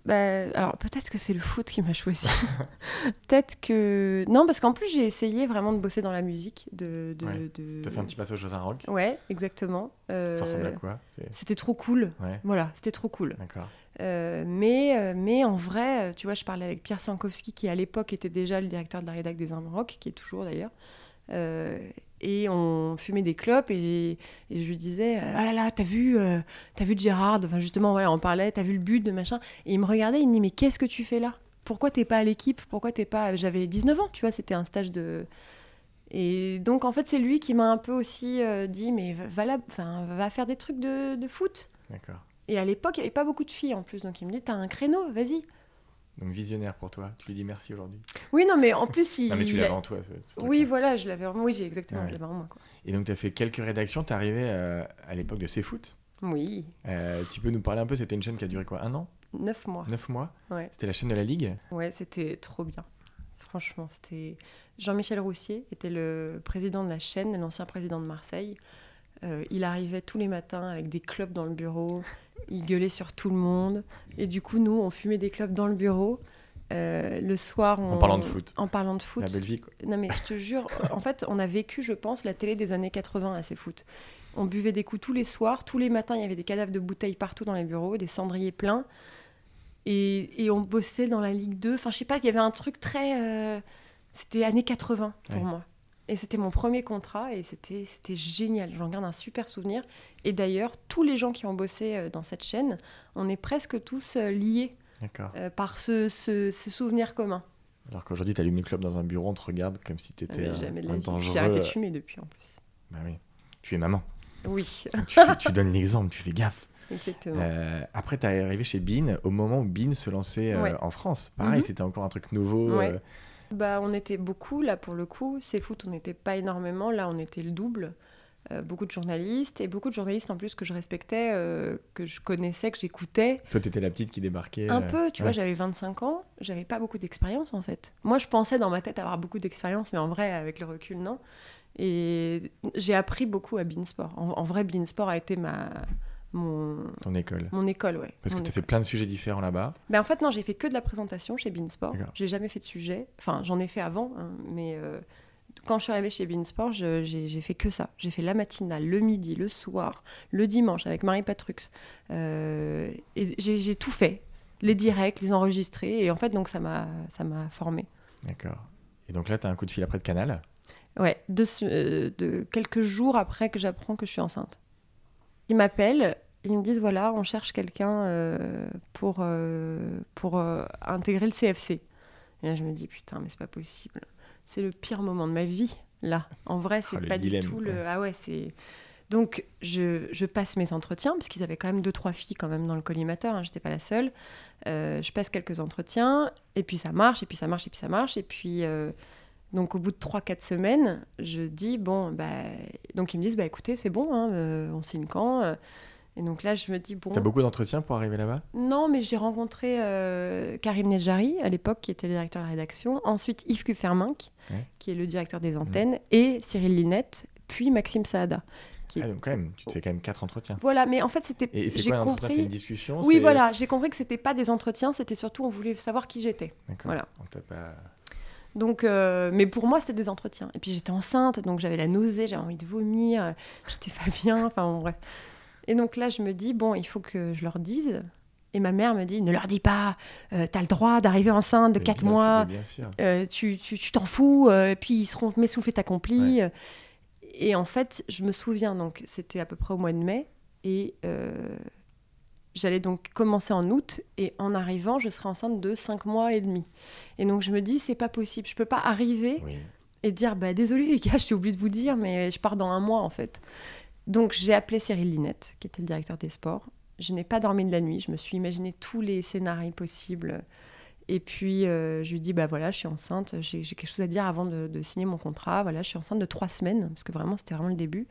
Speaker 4: Bah, alors peut-être que c'est le foot qui m'a choisi. peut-être que non, parce qu'en plus j'ai essayé vraiment de bosser dans la musique. De, de,
Speaker 3: Ouais.
Speaker 4: de-
Speaker 3: T'as fait un petit passage aux un rock.
Speaker 4: Ouais, exactement. Euh,
Speaker 3: Ça ressemble à quoi C'est-
Speaker 4: C'était trop cool.
Speaker 3: Ouais,
Speaker 4: Voilà, c'était trop cool.
Speaker 3: d'accord.
Speaker 4: Euh, mais, euh, mais en vrai, euh, tu vois, je parlais avec Pierre Sankowski, qui à l'époque était déjà le directeur de la rédac des Indes Rock, qui est toujours d'ailleurs. Euh, et on fumait des clopes et, et je lui disais ah là là t'as vu euh, t'as vu Gérard enfin justement voilà on parlait t'as vu le but de machin et il me regardait il me dit mais qu'est-ce que tu fais là pourquoi t'es pas à l'équipe pourquoi t'es pas j'avais 19 ans tu vois c'était un stage de et donc en fait c'est lui qui m'a un peu aussi euh, dit mais va là enfin va faire des trucs de, de foot
Speaker 3: D'accord.
Speaker 4: et à l'époque il y avait pas beaucoup de filles en plus donc il me dit t'as un créneau vas-y
Speaker 3: Donc visionnaire pour toi. Tu lui dis merci aujourd'hui.
Speaker 4: oui non mais en plus il
Speaker 3: Non, mais tu
Speaker 4: il
Speaker 3: l'avais
Speaker 4: a-
Speaker 3: en toi. ce- ce
Speaker 4: oui
Speaker 3: truc-là.
Speaker 4: voilà je l'avais en- oui j'ai exactement
Speaker 3: Ouais.
Speaker 4: je l'avais en moi quoi.
Speaker 3: Et donc, tu as fait quelques rédactions. Tu es arrivé euh, à l'époque de CFoot.
Speaker 4: oui
Speaker 3: Euh, tu peux nous parler un peu C'était une chaîne qui a duré quoi Un an
Speaker 4: neuf mois
Speaker 3: Neuf mois
Speaker 4: Ouais.
Speaker 3: C'était la chaîne de la Ligue
Speaker 4: Ouais, c'était trop bien. Franchement, c'était. Jean-Michel Roussier était le président de la chaîne, l'ancien président de Marseille. Euh, il arrivait tous les matins avec des clopes dans le bureau. Il gueulait sur tout le monde. Et du coup, nous, on fumait des clopes dans le bureau. Euh, le soir, on...
Speaker 3: En parlant de foot.
Speaker 4: En parlant de foot.
Speaker 3: La belle vie, quoi.
Speaker 4: Non mais je te jure, en fait, on a vécu, je pense, la télé des années 80 à ces foot. On buvait des coups tous les soirs, tous les matins, il y avait des cadavres de bouteilles partout dans les bureaux, des cendriers pleins. Et, et on bossait dans la Ligue 2. Enfin, je sais pas, il y avait un truc très... euh, c'était années 80 pour
Speaker 3: Ouais.
Speaker 4: moi. Et c'était mon premier contrat et c'était c'était génial. J'en garde un super souvenir. Et d'ailleurs, tous les gens qui ont bossé euh, dans cette chaîne, on est presque tous euh, liés
Speaker 3: D'accord.
Speaker 4: euh, par ce- ce- ce souvenir commun.
Speaker 3: Alors qu'aujourd'hui, tu allumes une clope dans un bureau, on te regarde comme si tu
Speaker 4: Ah,
Speaker 3: étais
Speaker 4: mais jamais de la vie.
Speaker 3: dangereux.
Speaker 4: J'ai arrêté de
Speaker 3: euh,
Speaker 4: fumer depuis en plus.
Speaker 3: bah oui. Tu es maman.
Speaker 4: Oui,
Speaker 3: tu, fais- tu donnes l'exemple, tu fais gaffe.
Speaker 4: exactement.
Speaker 3: Euh, après, tu es arrivé chez Bean au moment où Bean se lançait euh,
Speaker 4: Ouais.
Speaker 3: en France. Pareil,
Speaker 4: Mhm.
Speaker 3: c'était encore un truc nouveau.
Speaker 4: Ouais.
Speaker 3: euh,
Speaker 4: Bah, on était beaucoup là pour le coup. C'est foot, on n'était pas énormément. Là, on était le double. Euh, beaucoup de journalistes et beaucoup de journalistes en plus que je respectais, euh, que je connaissais, que j'écoutais.
Speaker 3: toi, tu étais la petite qui débarquait.
Speaker 4: Un
Speaker 3: euh,
Speaker 4: peu, tu vois,
Speaker 3: ouais.
Speaker 4: j'avais 25 ans, j'avais pas beaucoup d'expérience en fait. Moi, je pensais dans ma tête avoir beaucoup d'expérience, mais en vrai, avec le recul, non. Et j'ai appris beaucoup à Beansport. En, en vrai, Beansport a été ma, mon,
Speaker 3: Ton école.
Speaker 4: mon école, ouais.
Speaker 3: Parce que
Speaker 4: Mon
Speaker 3: tu as fait plein de sujets différents là-bas.
Speaker 4: Ben en fait, non, j'ai fait que de la présentation chez Beansport.
Speaker 3: D'accord.
Speaker 4: J'ai jamais fait de sujet. Enfin, j'en ai fait avant, hein, mais euh, quand je suis arrivée chez Beansport, je- j'ai j'ai fait que ça. J'ai fait la matinale, le midi, le soir, le dimanche avec Marie Patrux. Euh, et j'ai j'ai tout fait. Les directs, les enregistrés. Et en fait, donc, ça m'a ça m'a formée.
Speaker 3: D'accord. Et donc là, tu as un coup de fil après de Canal.
Speaker 4: Ouais, deux se- euh, de quelques jours après que j'apprends que je suis enceinte. Ils m'appellent, ils me disent voilà, on cherche quelqu'un euh, pour, euh, pour euh, intégrer le CFC. Et là, je me dis putain, mais c'est pas possible. C'est le pire moment de ma vie, là. En vrai, c'est
Speaker 3: Ah, le
Speaker 4: pas
Speaker 3: dilemme,
Speaker 4: du tout
Speaker 3: quoi.
Speaker 4: le. Ah ouais, c'est. Donc, je, je passe mes entretiens, parce qu'ils avaient quand même deux, trois filles quand même dans le collimateur, hein, j'étais pas la seule. Euh, je passe quelques entretiens, et puis ça marche, et puis ça marche, et puis ça marche, et puis. euh, donc au bout de 3-4 semaines, je dis, bon, bah, donc ils me disent, bah écoutez, c'est bon, hein, euh, on signe quand euh. Et donc là, je me dis, bon,
Speaker 3: Tu as beaucoup d'entretiens pour arriver là-bas
Speaker 4: non, mais j'ai rencontré euh, Karim Nedjari, à l'époque, qui était le directeur de la rédaction, ensuite Yves Kufferminck,
Speaker 3: Ouais.
Speaker 4: qui est le directeur des antennes, et Cyril Linette, puis Maxime Saada. Qui-
Speaker 3: Ah, donc quand même, tu te fais quand même quatre entretiens.
Speaker 4: Voilà, mais en fait, c'était,
Speaker 3: Et, et c'est
Speaker 4: j'ai
Speaker 3: quoi un entretien C'est une
Speaker 4: compris...
Speaker 3: discussion
Speaker 4: Oui,
Speaker 3: c'est-
Speaker 4: voilà, j'ai compris que c'était pas des entretiens, c'était surtout on voulait savoir qui j'étais.
Speaker 3: D'accord.
Speaker 4: Voilà.
Speaker 3: On t'a pas...
Speaker 4: Donc, euh, mais pour moi, c'était des entretiens. Et puis j'étais enceinte, donc j'avais la nausée, j'avais envie de vomir, euh, j'étais pas bien, enfin bon, bref. Et donc là, je me dis, bon, il faut que je leur dise. Et ma mère me dit, ne leur dis pas, euh, t'as le droit d'arriver enceinte de
Speaker 3: Mais
Speaker 4: 4
Speaker 3: bien sûr,
Speaker 4: mois,
Speaker 3: mais Bien sûr.
Speaker 4: euh, tu tu- tu t'en fous, euh, et puis ils seront mes soufflettes accomplis. Euh, Et en fait, je me souviens, donc c'était à peu près au mois de mai, et euh, j'allais donc commencer en août, et en arrivant, je serai enceinte de 5 mois et demi. Et donc je me dis, c'est pas possible, je peux pas arriver
Speaker 3: Oui. Ah,
Speaker 4: et dire bah désolé les gars, j'ai oublié de vous dire, mais je pars dans un mois en fait. Donc j'ai appelé Cyril Linette, qui était le directeur des sports. Je n'ai pas dormi de la nuit, je me suis imaginé tous les scénarios possibles. Et puis euh, je lui dis bah voilà, je suis enceinte, j'ai j'ai quelque chose à dire avant de, de signer mon contrat. Voilà, je suis enceinte de trois semaines parce que vraiment c'était vraiment le début.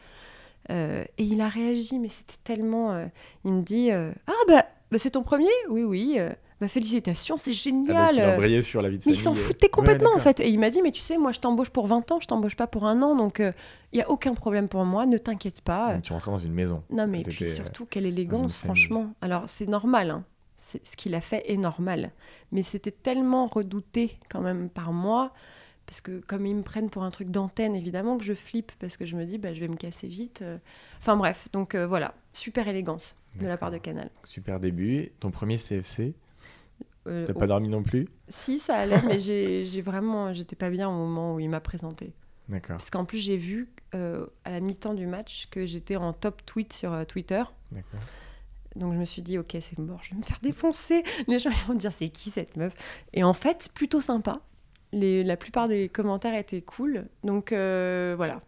Speaker 4: Euh, et il a réagi, mais c'était tellement. euh, il me dit euh, ah bah, bah, c'est ton premier Oui oui. euh, bah félicitations, c'est
Speaker 3: Ah,
Speaker 4: génial.
Speaker 3: donc il
Speaker 4: euh.
Speaker 3: embrayait sur la vie de
Speaker 4: Mais il
Speaker 3: famille,
Speaker 4: s'en
Speaker 3: euh.
Speaker 4: foutait complètement
Speaker 3: Ouais,
Speaker 4: en fait. Et il m'a dit, mais tu sais, moi je t'embauche pour 20 ans, je t'embauche pas pour un an, donc euh, il n'y a aucun problème pour moi, ne t'inquiète
Speaker 3: d'accord.
Speaker 4: pas.
Speaker 3: Donc tu rentrais dans une maison.
Speaker 4: non mais
Speaker 3: t'étais,
Speaker 4: puis
Speaker 3: euh,
Speaker 4: surtout, quelle élégance,
Speaker 3: famille.
Speaker 4: franchement. Alors c'est normal, hein. C'est- ce qu'il a fait est normal. Mais c'était tellement redouté quand même par moi, parce que comme ils me prennent pour un truc d'antenne, évidemment que je flippe, parce que je me dis, bah, je vais me casser vite. euh. Enfin bref, donc euh, voilà, super élégance de la part de
Speaker 3: D'accord.
Speaker 4: Canal.
Speaker 3: Super début. Ton premier CFC,
Speaker 4: Euh,
Speaker 3: t'as pas dormi non plus
Speaker 4: Si, ça allait, mais j'ai j'ai vraiment, j'étais pas bien au moment où il m'a présenté.
Speaker 3: D'accord.
Speaker 4: Parce qu'en plus, j'ai vu euh, à la mi-temps du match que j'étais en top tweet sur euh, Twitter.
Speaker 3: D'accord.
Speaker 4: Donc je me suis dit, ok, c'est mort, je vais me faire défoncer. Les gens ils vont dire, c'est qui cette meuf Et en fait, plutôt sympa. Les- la plupart des commentaires étaient cool. Donc euh, voilà.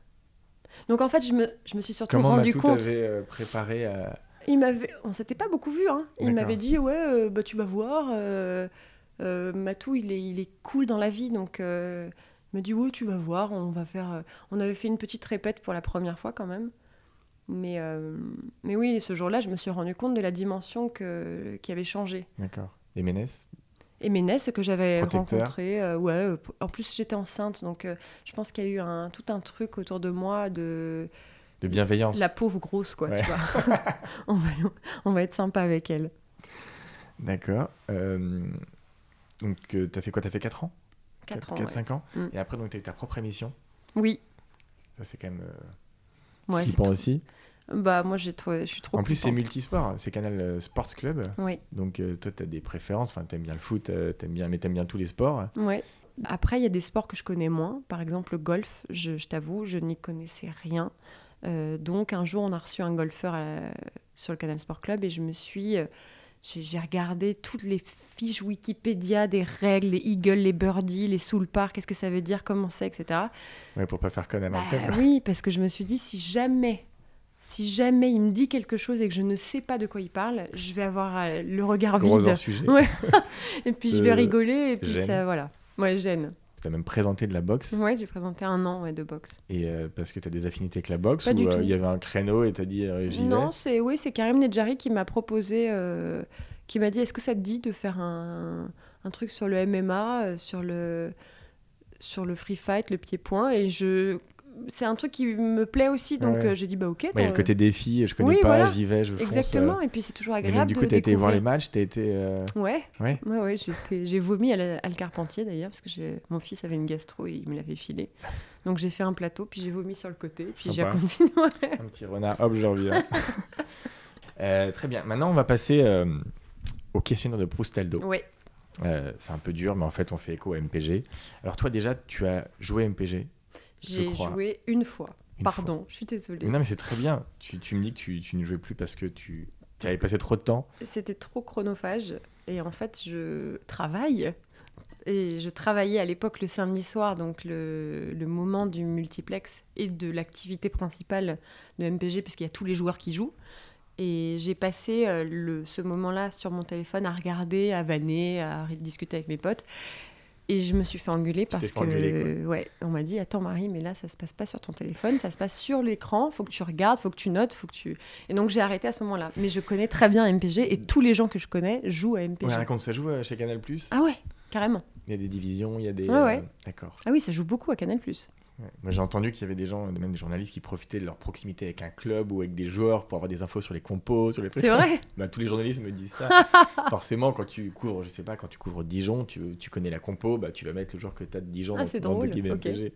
Speaker 4: Donc en fait, je me, je me suis surtout
Speaker 3: Comment
Speaker 4: rendu
Speaker 3: Matou
Speaker 4: compte.
Speaker 3: t'avait euh, préparé à...
Speaker 4: Il m'avait, on s'était pas beaucoup vu. Hein. Il
Speaker 3: D'accord.
Speaker 4: m'avait dit ouais, euh, bah tu vas voir, euh, euh, Matou il est, il est cool dans la vie, donc euh, il m'a dit ouais tu vas voir, on va faire. euh, On avait fait une petite répète pour la première fois quand même, mais euh, mais oui ce jour-là je me suis rendu compte de la dimension que qui avait changé.
Speaker 3: D'accord. Et Ménès
Speaker 4: Et Ménès que j'avais
Speaker 3: Protecteur.
Speaker 4: rencontré, euh, ouais, euh, p- en plus j'étais enceinte, donc euh, je pense qu'il y a eu un, tout un truc autour de moi de
Speaker 3: De bienveillance.
Speaker 4: la pauvre grosse quoi,
Speaker 3: Ouais.
Speaker 4: tu vois. on va on va être sympa avec elle.
Speaker 3: D'accord. Euh, Donc, euh, t'as fait quoi T'as fait 4 ans
Speaker 4: 4 ans. ouais.
Speaker 3: 4-5 ans.
Speaker 4: Mm.
Speaker 3: Et après, donc, t'as eu ta propre émission.
Speaker 4: Oui,
Speaker 3: Ça, c'est quand même euh,
Speaker 4: ouais, c'est
Speaker 3: flippant
Speaker 4: trop-
Speaker 3: aussi.
Speaker 4: Bah moi j'ai trouvé, je suis trop.
Speaker 3: en plus, c'est
Speaker 4: contente.
Speaker 3: multisport. C'est Canal euh, Sports Club.
Speaker 4: Oui,
Speaker 3: Donc, euh, toi, t'as des préférences. Enfin, t'aimes bien le foot, euh, t'aimes bien... mais t'aimes bien tous les sports.
Speaker 4: ouais. Après il y a des sports que je connais moins, par exemple le golf. Je, je t'avoue, je n'y connaissais rien. Euh, donc un jour on a reçu un golfeur euh, sur le Canal Sport Club et je me suis, euh, j'ai j'ai regardé toutes les fiches Wikipédia des règles, les eagles, les birdies, les sous le par, qu'est-ce que ça veut dire, comment c'est, etc.
Speaker 3: Ouais, pour pas faire con à
Speaker 4: Bah
Speaker 3: l'antenne. quoi.
Speaker 4: oui, parce que je me suis dit, si jamais, si jamais il me dit quelque chose et que je ne sais pas de quoi il parle, je vais avoir euh, le regard
Speaker 3: Gros hors
Speaker 4: vide.
Speaker 3: sujet.
Speaker 4: Ouais. Et puis je vais
Speaker 3: Euh,
Speaker 4: rigoler, et puis
Speaker 3: gêne.
Speaker 4: ça, voilà. Moi, gêne.
Speaker 3: T'as même présenté de la boxe.
Speaker 4: Ouais, j'ai présenté un an ouais, de boxe.
Speaker 3: Et euh, parce que t'as des affinités avec la boxe
Speaker 4: Pas
Speaker 3: ou
Speaker 4: du
Speaker 3: euh,
Speaker 4: tout.
Speaker 3: il y avait un créneau et t'as dit euh, j'y vais
Speaker 4: Non, c'est oui, c'est Karim Nedjari qui m'a proposé, euh, qui m'a dit, est-ce que ça te dit de faire un, un truc sur le MMA, euh, sur le sur le free fight, le pied-point, et je, c'est un truc qui me plaît aussi, donc
Speaker 3: Ouais.
Speaker 4: euh, j'ai dit bah ok.
Speaker 3: Ouais, il y a le
Speaker 4: t'en-
Speaker 3: côté défi, je connais
Speaker 4: Oui,
Speaker 3: pas,
Speaker 4: voilà.
Speaker 3: j'y vais, je fonce.
Speaker 4: Exactement,
Speaker 3: euh.
Speaker 4: et puis c'est toujours
Speaker 3: Et donc,
Speaker 4: agréable.
Speaker 3: du coup,
Speaker 4: de
Speaker 3: t'as été voir les
Speaker 4: découvrir.
Speaker 3: matchs, t'as été. euh,
Speaker 4: Ouais.
Speaker 3: Ouais.
Speaker 4: Ouais, ouais, j'étais, j'ai vomi à, la- à le Carpentier d'ailleurs, parce que j'ai, mon fils avait une gastro et il me l'avait filé. Donc j'ai fait un plateau, puis j'ai vomi sur le côté, puis j'ai
Speaker 3: Sympa.
Speaker 4: continué. ouais.
Speaker 3: Un petit renard, hop, j'ai envie. hein. Euh, très bien. Maintenant, on va passer euh, au questionnaire de Proustaldo.
Speaker 4: Ouais.
Speaker 3: Euh, c'est un peu dur, mais en fait, on fait écho à MPG. Alors, toi, déjà, tu as joué à MPG. je
Speaker 4: j'ai
Speaker 3: crois.
Speaker 4: joué une fois.
Speaker 3: Une
Speaker 4: Pardon, je suis
Speaker 3: Mais
Speaker 4: désolée.
Speaker 3: non, mais c'est très bien. Tu, tu me dis que tu, tu ne jouais plus parce que tu, tu avais passé trop de temps.
Speaker 4: C'était trop chronophage, et en fait, je travaille. Et je travaillais à l'époque le samedi soir, donc le, le moment du multiplex et de l'activité principale de MPG, puisqu'il y a tous les joueurs qui jouent. Et j'ai passé euh, le, ce moment-là sur mon téléphone à regarder, à vanner, à ri- discuter avec mes potes. Et je me suis fait engueuler
Speaker 3: t'es
Speaker 4: parce
Speaker 3: fait engueuler,
Speaker 4: que ouais, on m'a dit Attends, Marie, mais là, ça se passe pas sur ton téléphone, ça se passe sur l'écran, faut que tu regardes, faut que tu notes, faut que tu. Et donc j'ai arrêté à ce moment-là. Mais je connais très bien MPG et tous les gens que je connais jouent à MPG.
Speaker 3: Ouais, raconte, ça joue euh, chez Canal Plus
Speaker 4: ah ouais, carrément.
Speaker 3: Il y a des divisions, il y a des. euh,
Speaker 4: Ouais, ouais.
Speaker 3: D'accord.
Speaker 4: Ah oui, ça joue beaucoup à Canal. Ouais,
Speaker 3: Ouais. Moi, j'ai entendu qu'il y avait des gens, même des journalistes, qui profitaient de leur proximité avec un club ou avec des joueurs pour avoir des infos sur les compos, sur les trucs.
Speaker 4: C'est vrai
Speaker 3: Bah, tous les journalistes me disent ça. Forcément, quand tu couvres, je sais pas, quand tu couvres Dijon, tu, tu connais la compo, bah, tu vas mettre le joueur que tu as de Dijon
Speaker 4: Ah,
Speaker 3: dans-
Speaker 4: c'est
Speaker 3: dans
Speaker 4: drôle,
Speaker 3: l'équipe
Speaker 4: ok.
Speaker 3: MPG.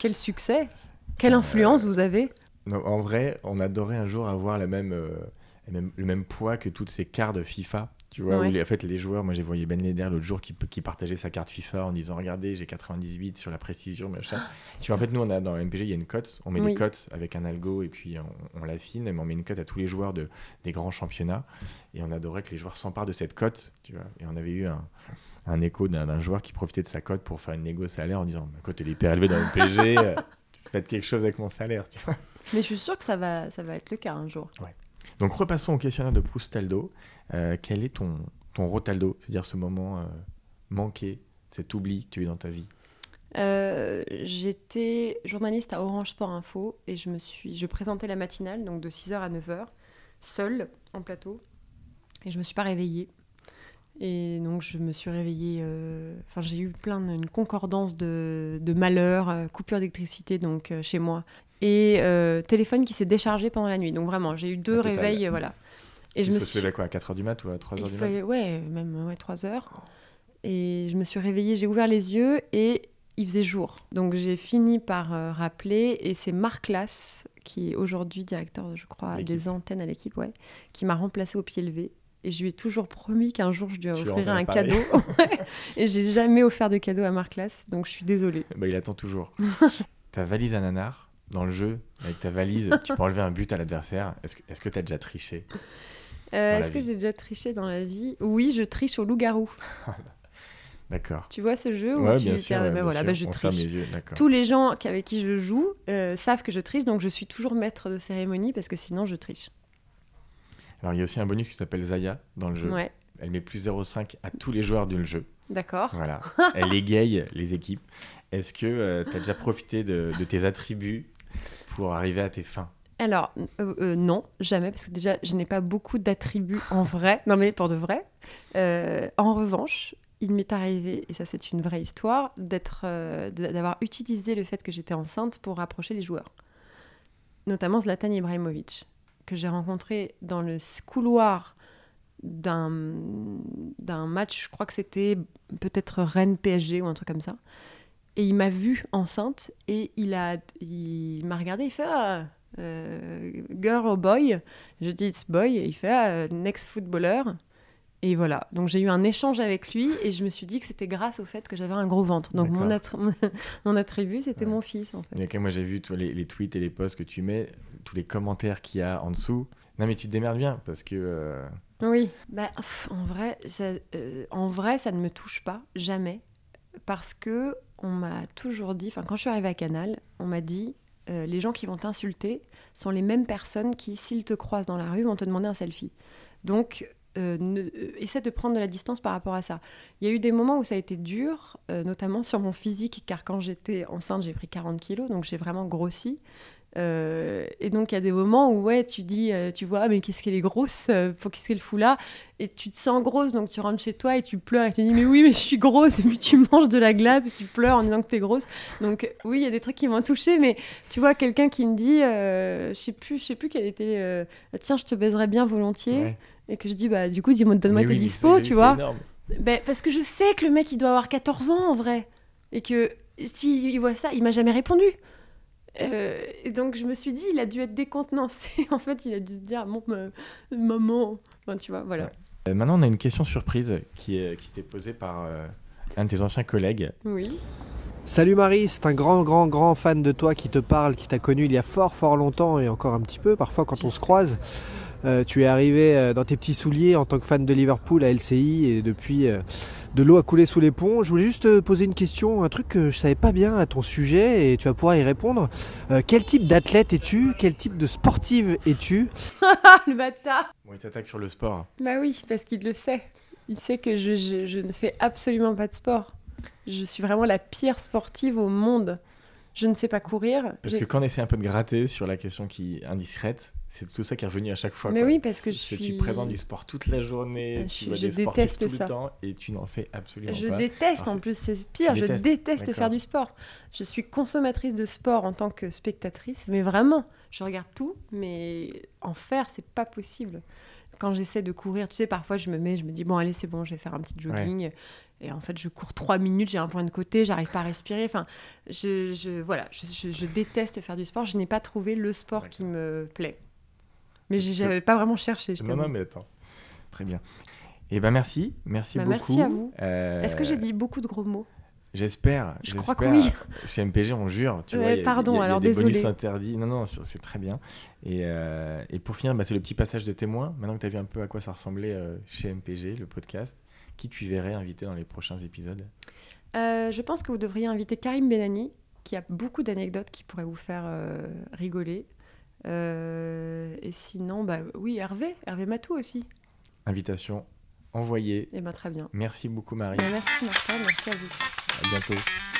Speaker 4: Quel succès Quelle
Speaker 3: euh,
Speaker 4: influence vous avez
Speaker 3: Non, en vrai, on adorait un jour avoir la même, euh, la même- le même poids que toutes ces cartes FIFA. Tu vois, où
Speaker 4: Ouais.
Speaker 3: les- en fait, les joueurs, moi j'ai voyé Ben Leder l'autre jour qui, qui partageait sa carte FIFA en disant Regardez, j'ai 98 sur la précision, machin. tu vois, en fait, nous, on a, dans MPG, il y a une cote. On met
Speaker 4: Oui.
Speaker 3: des cotes avec un algo et puis on, on l'affine, mais on met une cote à tous les joueurs de, des grands championnats. Et on adorait que les joueurs s'emparent de cette cote. Tu vois, et on avait eu un, un écho d'un d'un joueur qui profitait de sa cote pour faire une négo salaire en disant Ma cote, elle est hyper élevée dans MPG. euh, Faites quelque chose avec mon salaire, tu vois.
Speaker 4: Mais je suis sûre que ça va, ça va être le cas un jour.
Speaker 3: Donc repassons au questionnaire de Proustaldo. Euh, quel est ton, ton Rotaldo C'est-à-dire ce moment euh, manqué, cet oubli que tu as eu dans ta vie.
Speaker 4: Euh, J'étais journaliste à Orange Sport Info et je, me suis, je présentais la matinale, donc de 6h à 9h, seule, en plateau. Et je me suis pas réveillée. Et donc je me suis réveillée. euh, Enfin, j'ai eu plein de- une concordance de, de malheurs, euh, coupure d'électricité donc euh, chez moi et euh, téléphone qui s'est déchargé pendant la nuit. Donc vraiment, j'ai eu deux
Speaker 3: La totale.
Speaker 4: réveils, euh, voilà. Et je me
Speaker 3: se
Speaker 4: suis
Speaker 3: levait quoi, à 4h du mat ou à 3h
Speaker 4: Il
Speaker 3: du mat
Speaker 4: fallait- ouais, même ouais, 3 heures. Et je me suis réveillée, j'ai ouvert les yeux et il faisait jour. Donc j'ai fini par euh, rappeler et c'est Marc Lass, qui est aujourd'hui directeur, je crois,
Speaker 3: L'équipe.
Speaker 4: des antennes à l'équipe, ouais, qui m'a remplacée au pied levé. Et je lui ai toujours promis qu'un jour je lui
Speaker 3: Tu lui
Speaker 4: offrirais
Speaker 3: rendras
Speaker 4: un
Speaker 3: pareil.
Speaker 4: cadeau. et j'ai jamais offert de cadeau à Marc Lass, donc je suis désolée.
Speaker 3: Bah, Il attend toujours. ta valise à nanar dans le jeu, avec ta valise, tu peux enlever un but à l'adversaire. Est-ce que est-ce que t'as déjà triché
Speaker 4: Euh,
Speaker 3: Dans la
Speaker 4: Est-ce que
Speaker 3: vie.
Speaker 4: j'ai déjà triché dans la vie Oui, je triche au loup-garou.
Speaker 3: D'accord.
Speaker 4: Tu vois ce jeu où
Speaker 3: Ouais,
Speaker 4: tu
Speaker 3: bien
Speaker 4: fais-
Speaker 3: sûr.
Speaker 4: ah,
Speaker 3: ouais,
Speaker 4: ben
Speaker 3: bien
Speaker 4: voilà,
Speaker 3: sûr.
Speaker 4: ben je
Speaker 3: On ferme
Speaker 4: triche.
Speaker 3: les yeux, d'accord.
Speaker 4: Tous les gens qui- avec qui je joue euh, savent que je triche, donc je suis toujours maître de cérémonie parce que sinon je triche.
Speaker 3: Alors, il y a aussi un bonus qui s'appelle Zaya dans le jeu.
Speaker 4: Ouais,
Speaker 3: Elle met plus 0,5 à tous les joueurs du jeu.
Speaker 4: d'accord.
Speaker 3: Voilà. Elle égaye les équipes. Est-ce que tu as déjà profité de, de tes attributs pour arriver à tes fins
Speaker 4: Alors, euh, euh, non, jamais, parce que déjà, je n'ai pas beaucoup d'attributs en vrai. Non, mais pour de vrai. Euh, en revanche, il m'est arrivé, et ça c'est une vraie histoire, d'être, euh, de- d'avoir utilisé le fait que j'étais enceinte pour rapprocher les joueurs. Notamment Zlatan Ibrahimovic, que j'ai rencontré dans le s- couloir d'un, d'un match, je crois que c'était peut-être Rennes-PSG ou un truc comme ça. Et il m'a vue enceinte et il, a, il m'a regardé, il fait Ah, euh, girl or boy. Je dis it's boy et il fait ah, euh, next footballer. Et voilà. Donc j'ai eu un échange avec lui et je me suis dit que c'était grâce au fait que j'avais un gros ventre. Donc mon, attr- mon attribut, c'était
Speaker 3: Ouais.
Speaker 4: mon fils en fait.
Speaker 3: Il y a quand même- Moi, j'ai vu toi, les, les tweets et les posts que tu mets, tous les commentaires qu'il y a en dessous. Non, mais tu te démerdes bien parce que. euh,
Speaker 4: Oui. Bah, pff, en, vrai, ça, euh, en vrai, ça ne me touche pas, jamais. Parce que on m'a toujours dit, enfin quand je suis arrivée à Canal, on m'a dit euh, les gens qui vont t'insulter sont les mêmes personnes qui, s'ils te croisent dans la rue, vont te demander un selfie. Donc, euh, ne- euh, essaie de prendre de la distance par rapport à ça. Il y a eu des moments où ça a été dur, euh, notamment sur mon physique, car quand j'étais enceinte, j'ai pris 40 kilos, donc j'ai vraiment grossi. Euh, et donc, il y a des moments où, ouais, tu dis, euh, tu vois, Ah, mais qu'est-ce qu'elle est grosse, euh, pour qu'est-ce qu'elle fout là Et tu te sens grosse, donc tu rentres chez toi et tu pleures et tu dis, mais oui, mais je suis grosse, et puis tu manges de la glace et tu pleures en disant que t'es grosse. Donc, oui, il y a des trucs qui m'ont touchée, mais tu vois, quelqu'un qui me dit, euh, je sais plus, je sais plus quelle était, euh, tiens, je te baiserais bien volontiers
Speaker 3: ouais.
Speaker 4: et que je dis bah du coup dis-moi donne-moi
Speaker 3: Mais
Speaker 4: tes
Speaker 3: oui, mais
Speaker 4: dispo
Speaker 3: ça,
Speaker 4: tu
Speaker 3: c'est
Speaker 4: vois
Speaker 3: énorme.
Speaker 4: Ben, parce que je sais que le mec il doit avoir 14 ans en vrai et que s'il voit ça il m'a jamais répondu Euh, et donc je me suis dit il a dû être décontenancé en fait il a dû se dire bon me- maman Enfin, tu vois voilà
Speaker 3: Euh, maintenant, on a une question surprise qui, est- qui t'est posée par euh, un de tes anciens collègues.
Speaker 4: oui
Speaker 1: Salut Marie, c'est un grand, grand, grand fan de toi qui te parle, qui t'a connu il y a fort, fort longtemps et encore un petit peu. Parfois, quand on se croise, euh, tu es arrivé euh, dans tes petits souliers en tant que fan de Liverpool à LCI et depuis, euh, de l'eau a coulé sous les ponts. Je voulais juste te poser une question, un truc que je savais pas bien à ton sujet et tu vas pouvoir y répondre. Euh, quel type d'athlète es-tu Quel type de sportive es-tu
Speaker 4: ah le bâtard
Speaker 3: Bon, il t'attaque sur le sport.
Speaker 4: bah oui parce qu'il le sait il sait que je, je- je ne fais absolument pas de sport je suis vraiment la pire sportive au monde je ne sais pas courir
Speaker 3: Parce
Speaker 4: Je-
Speaker 3: que quand on essaie un peu de gratter sur la question qui est indiscrète, c'est tout ça qui est revenu à chaque fois.
Speaker 4: Mais
Speaker 3: quoi.
Speaker 4: oui, parce que je
Speaker 3: C'est-
Speaker 4: suis-
Speaker 3: Tu présentes du sport toute la journée,
Speaker 4: Euh,
Speaker 3: tu
Speaker 4: je-
Speaker 3: vois
Speaker 4: je
Speaker 3: des sportifs
Speaker 4: déteste
Speaker 3: tout
Speaker 4: ça.
Speaker 3: le temps et tu n'en fais absolument
Speaker 4: Je
Speaker 3: pas.
Speaker 4: déteste,
Speaker 3: Alors,
Speaker 4: en
Speaker 3: c'est-
Speaker 4: plus, c'est pire.
Speaker 3: Tu
Speaker 4: Je
Speaker 3: détestes,
Speaker 4: déteste faire
Speaker 3: d'accord.
Speaker 4: du sport. Je suis consommatrice de sport en tant que spectatrice, mais vraiment, je regarde tout, mais en faire, c'est pas possible. Quand j'essaie de courir, tu sais, parfois je me mets, je me dis, bon, allez, c'est bon, je vais faire un petit jogging. Et en fait, je cours trois minutes, j'ai un point de côté, j'arrive pas à respirer. Enfin, je, je- voilà, je, je- je déteste faire du sport. Je n'ai pas trouvé le sport qui me plaît. Mais
Speaker 3: C'est-
Speaker 4: j'ai- j'avais pas vraiment cherché. je
Speaker 3: Non, non,
Speaker 4: t'avoue.
Speaker 3: mais attends. Très bien. Eh ben merci, merci
Speaker 4: Bah, merci
Speaker 3: beaucoup.
Speaker 4: à vous.
Speaker 3: Euh,
Speaker 4: Est-ce que j'ai dit beaucoup de gros mots
Speaker 3: J'espère.
Speaker 4: Je crois que
Speaker 3: j'espère.
Speaker 4: oui.
Speaker 3: Chez MPG, on jure. Tu
Speaker 4: Ouais,
Speaker 3: vois, il y a- il y a-
Speaker 4: pardon,
Speaker 3: il y a
Speaker 4: alors
Speaker 3: des bonus
Speaker 4: désolée.
Speaker 3: interdits. Non, non, sur- c'est très bien. Et, euh, et pour finir, bah, c'est le petit passage de témoin. Maintenant que tu as vu un peu à quoi ça ressemblait euh, chez MPG, le podcast, qui tu verrais invité dans les prochains épisodes
Speaker 4: Euh, je pense que vous devriez inviter Karim Benani, qui a beaucoup d'anecdotes qui pourraient vous faire euh, rigoler. Euh, et sinon, bah oui, Hervé, Hervé Matou aussi.
Speaker 3: Invitation envoyée.
Speaker 4: Eh ben très bien. Bah,
Speaker 3: Merci beaucoup, Marie.
Speaker 4: Merci Martin, merci à vous.
Speaker 3: À bientôt.